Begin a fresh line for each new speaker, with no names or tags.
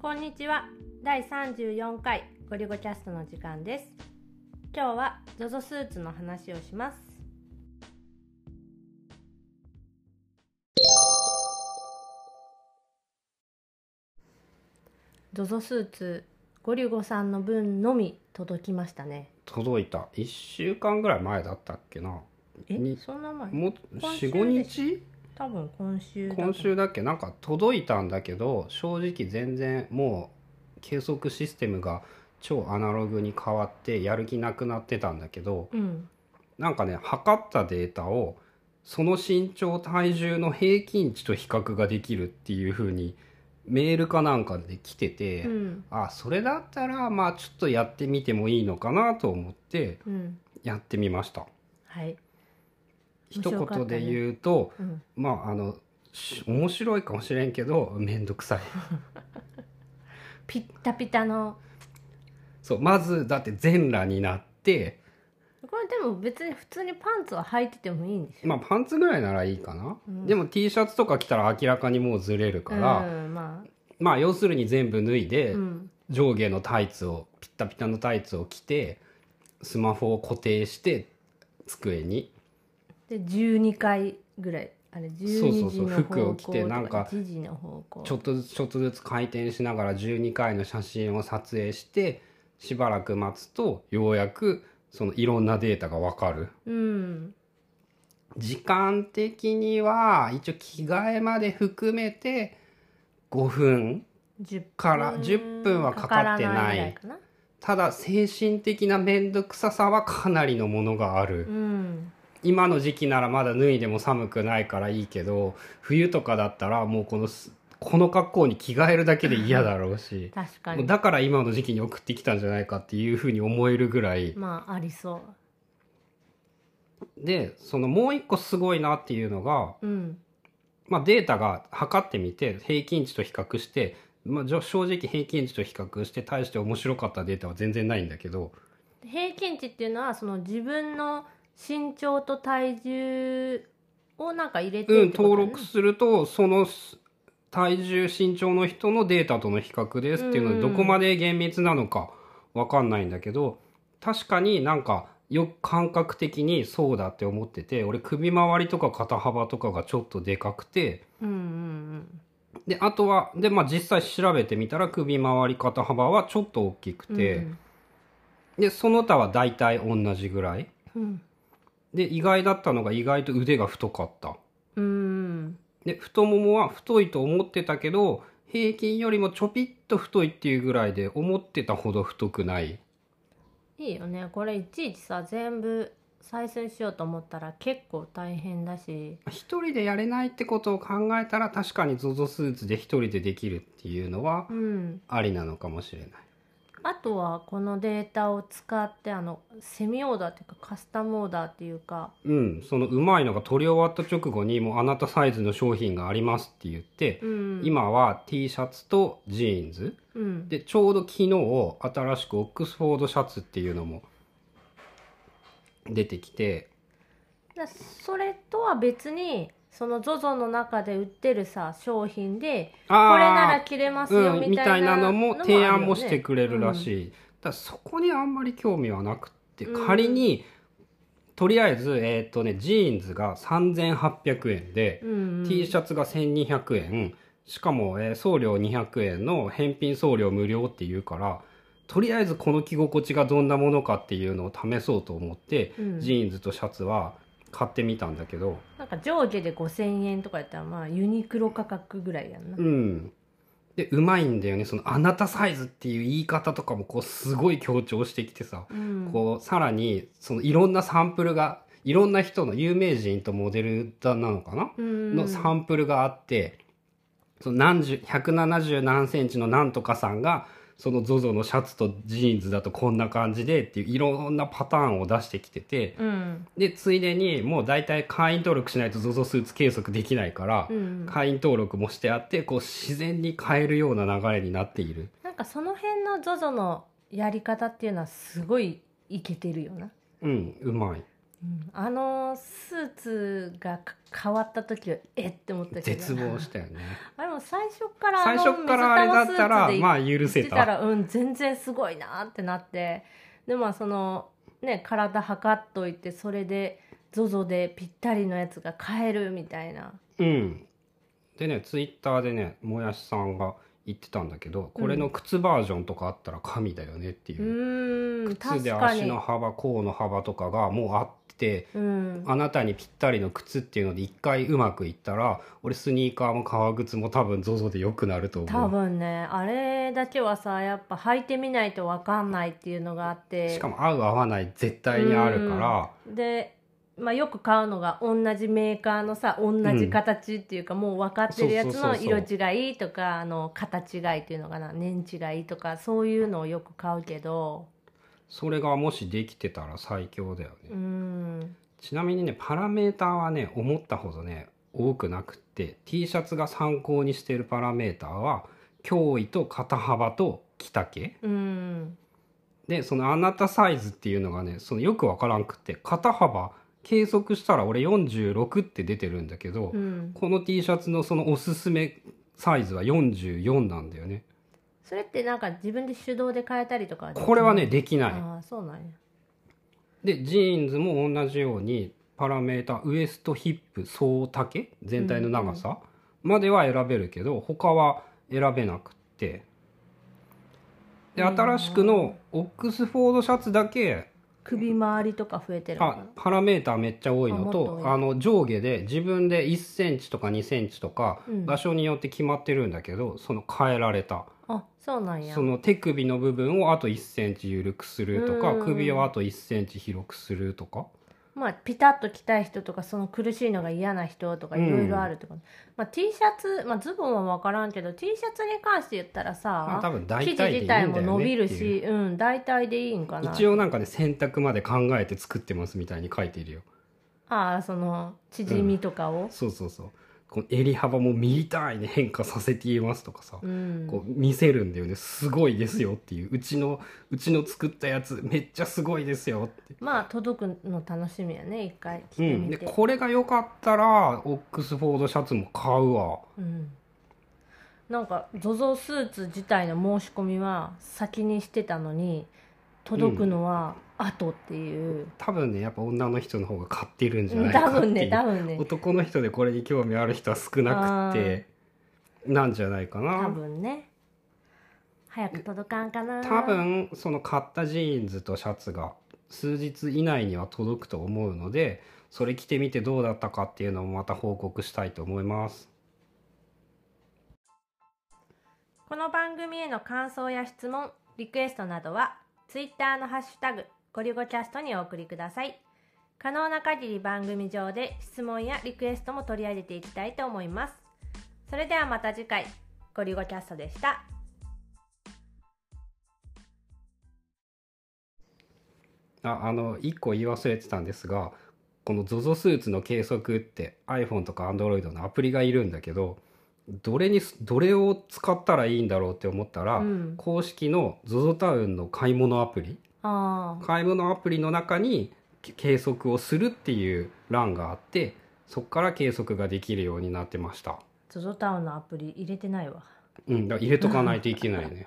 こんにちは第34回ゴリゴキャストの時間です今日は ZOZO スーツの話をしますゾゾスーツゴリゴさんの分のみ届きましたね
届いた1週間ぐらい前だったっけな
え
に
そんな前
もう
今週
45日
多分今週だと
今週だっけなんか届いたんだけど正直全然もう計測システムが超アナログに変わってやる気なくなってたんだけど
うん
なんかね測ったデータをその身長体重の平均値と比較ができるっていう風にメールかなんかで来てて、
うん
あそれだったらまあちょっとやってみてもいいのかなと思って
うん
やってみました
はい面
一
白かったね
言で言うと、
うん
まああのし面白いかもしれんけどめんど くさい
ピッタピタの
そうまずだって全裸になって
これでも別に普通にパンツは履いててもいいんでしょ
まあパンツぐらいならいいかな、
うん
でも T シャツとか着たら明らかにもうずれるから、
うんま
まあ要するに全部脱い
あ
で、
うん
上下のタイツをピッタピタのタイツを着てスマホを固定して机に
で12回ぐらいあれ12時
そうそう
の
そう
方
服
向
を着て
と
なん
か
か
1時の方向
ちょっとずつちょっとずつ回転しながら12回の写真を撮影してしばらく待つとようやくそのいろんなデータがわかる。
うん
時間的には一応着替えまで含めて5分
10分
から10分はかかってない
ぐらかな
ただ精神的な面倒くささはかなりのものがある、
うん
今の時期ならまだ脱いでも寒くないからいいけど冬とかだったらもうこのすこの格好に着替えるだけで嫌だろうし
確か
もう
に
だから今の時期に送ってきたんじゃないかっていうふうに思えるぐらい
まあありそ
でそのもう一個すごいなっていうのが
ううん
まあ、データが測ってみて平均値と比較して、まあ、じょ正直平均値と比較して大して面白かったデータは全然ないんだけど
平均値っていうのはその自分の身長と体重をなんか入れて
うん
ってことだよ
登
ね
録するとそのす体重身長の人のデータとの比較ですっていうの
うん
でどこまで厳密なのかわかんないんだけど確かになんかよく感覚的にそうだって思ってて俺首周りとか肩幅とかがちょっとでかくて。
うんうん
であとはで、まあ、実際調べてみたら首周り肩幅はちょっと大きく
うん
て、でその他は大体同じぐらい
うん
で意外だったのが意外と腕が太かった
うんうん
で太ももは太いと思ってたけど平均よりもちょぴっと太いっていうぐらいで思ってたほど太くない
いいよねこれいちいちさ全部採寸しようと思ったら結構大変だし
一人でやれないってことを考えたら確かに ZOZO スーツで一人でできるっていうのは
うん
ありなのかもしれない
あとはこのデータを使ってあのセミオーダーっていうかカスタムオーダーっていうか
うんそのうまいのが取り終わった直後にもうあなたサイズの商品がありますって言って、
うん
今は T シャツとジーンズ、
うん
でちょうど昨日新しくオックスフォードシャツっていうのも出てきて
だそれとは別にその ZOZO の中で売ってるさ商品でこれなら
あ
着れますよ
ー
み
み
た
た
い
い
な
な
の
の
も
も
あるよね
提案もしてくれるらし
うん
い、ただそこにあんまり興味はなくって
うん
仮に、とりあえずえーっ、とねジーンズが3800円で、
うんうん
T シャツが1200円しかも、えー送料200円の返品送料無料っていうからとりあえずこの着心地がどんなものかっていうのを試そうと思って、
うん
ジーンズとシャツは買ってみたんだけど、
なんか上下で5000円とかやったらまあユニクロ価格ぐらいやんな
うん。で、うまいんだよね。その、あなたサイズっていう言い方とかも、こう、すごい強調してきてさ、
うん
こう、さらに、その、いろんなサンプルが、いろんな人の有名人とモデルだなのかな、
うん
のサンプルがあって、その何十、170何センチのなんとかさんが、その ZOZO のシャツとジーンズだとこんな感じでっていういろんなパターンを出してきてて、
うん
でついでにもう大体会員登録しないと ZOZO スーツ計測できないから、
うん
会員登録もしてあってこう自然に変えるような流れになっている
なんかその辺の ZOZO のやり方っていうのはすごいいけてるよな
うんうまい
うんあのスーツがか変わった時はえって思ったけど
絶望したよね
あれも最初からあ
最
の
初からあれだっ
水玉
たら
スーツで
まあ許
し
せ
て
た
たらうん全然すごいなってなってでまあそのね体測っといてそれで ZOZO でぴったりのやつが買えるみたいな
うんでねツイッターでねもやしさんが言ってたんだけどこれの靴バージョンとかあったら神だよねっていうう、
ーん
靴
確
で
か
足
に
の幅甲の幅とかがもうあって
うん
あなたにぴったりの靴っていうので一回うまくいったら俺スニーカーも革靴も多分 ZOZO で良くなると思う
多分ねあれだけはさやっぱ履いてみないと分かんないっていうのがあって
しかも合う合わない絶対にあるから
で、まあ、よく買うのが同じメーカーのさ同じ形っていうか、もう分かってるやつ
そうそう
の
そうそ
色
う
違いとかあの形違いっていうのかな年違いとかそういうのをよく買うけど
それがもしできてたら最強だよね、
うん
ちなみにねパラメーターはね思ったほどね多くなくって T シャツが参考にしてるパラメーターは脅威と肩幅と着丈
うん
でそのあなたサイズっていうのがねそのよくわからんくって肩幅計測したら俺46って出てるんだけど、
うん
この T シャツのそのおすすめサイズは44なんだよね
それってなんか自分で手動で変えたりとかできる
これはねできない
ああそうなんや
でジーンズも同じようにパラメータウエストヒップ総丈全体の長さまでは選べるけど、他は選べなくってで
うん
新しくのオックスフォードシャツだけ
首周りとか増えてるのか
あパラメータめっちゃ多いの
あもっと
と
多い
あの上下で自分で1センチとか2センチとか
うん
場所によって決まってるんだけどその変えられた
なあそうなんや
その手首の部分をあと1センチ緩くするとか
うん
首をあと1センチ広くするとか
まあ、ピタッと着たい人とかその苦しいのが嫌な人とか
うん
いろいろあるとか、まあ、T シャツ、まあ、ズボンは分からんけど T シャツに関して言ったら
ま
さ
あ多分
生
大
地
体でいい
自
ん
体も
だよねっていう
伸びるしうん大体でいいんかな
一応なんかね選択まで考えて作ってますみたいに書いているよ
ああその縮みとかを、
そうそうそうこの襟幅も右単位で変化させていますとかさ、
うん
こう見せるんだよねすごいですよっていううちのうちの作ったやつめっちゃすごいですよって
まあ届くの楽しみやね一回着
う
て
ん、
み
で
て、
これが良かったらオックスフォードシャツも買うわ
うんなんか ZOZO スーツ自体の申し込みは先にしてたのに届くのは後っていう、
多分ねやっぱ女の人の方が買ってるんじゃ
う、
なんいか
多
っていう
分ね多分ね
男の人でこれに興味ある人は少なくってなんじゃないかな
多分ね早く届かんかな
多分その買ったジーンズとシャツが数日以内には届くと思うのでそれ着てみてどうだったかっていうのもまた報告したいと思います
この番組への感想や質問リクエストなどは Twitter のハッシュタグゴリゴキャストにお送りください可能な限り番組上で質問やリクエストも取り上げていきたいと思いますそれではまた次回ゴリゴキャストでした
ああの1個言い忘れてたんですがこの ZOZO スーツの計測って iPhone とか Android のアプリがいるんだけどどれにどれを使ったらいいんだろうって思ったら、
うん
公式の ZOZO タウンの買い物アプリ
あー
買い物アプリの中にけ計測をするっていう欄があってそこから計測ができるようになってました
ZOZO タウンのアプリ入れてないわ
うんだから入れとかないといけないね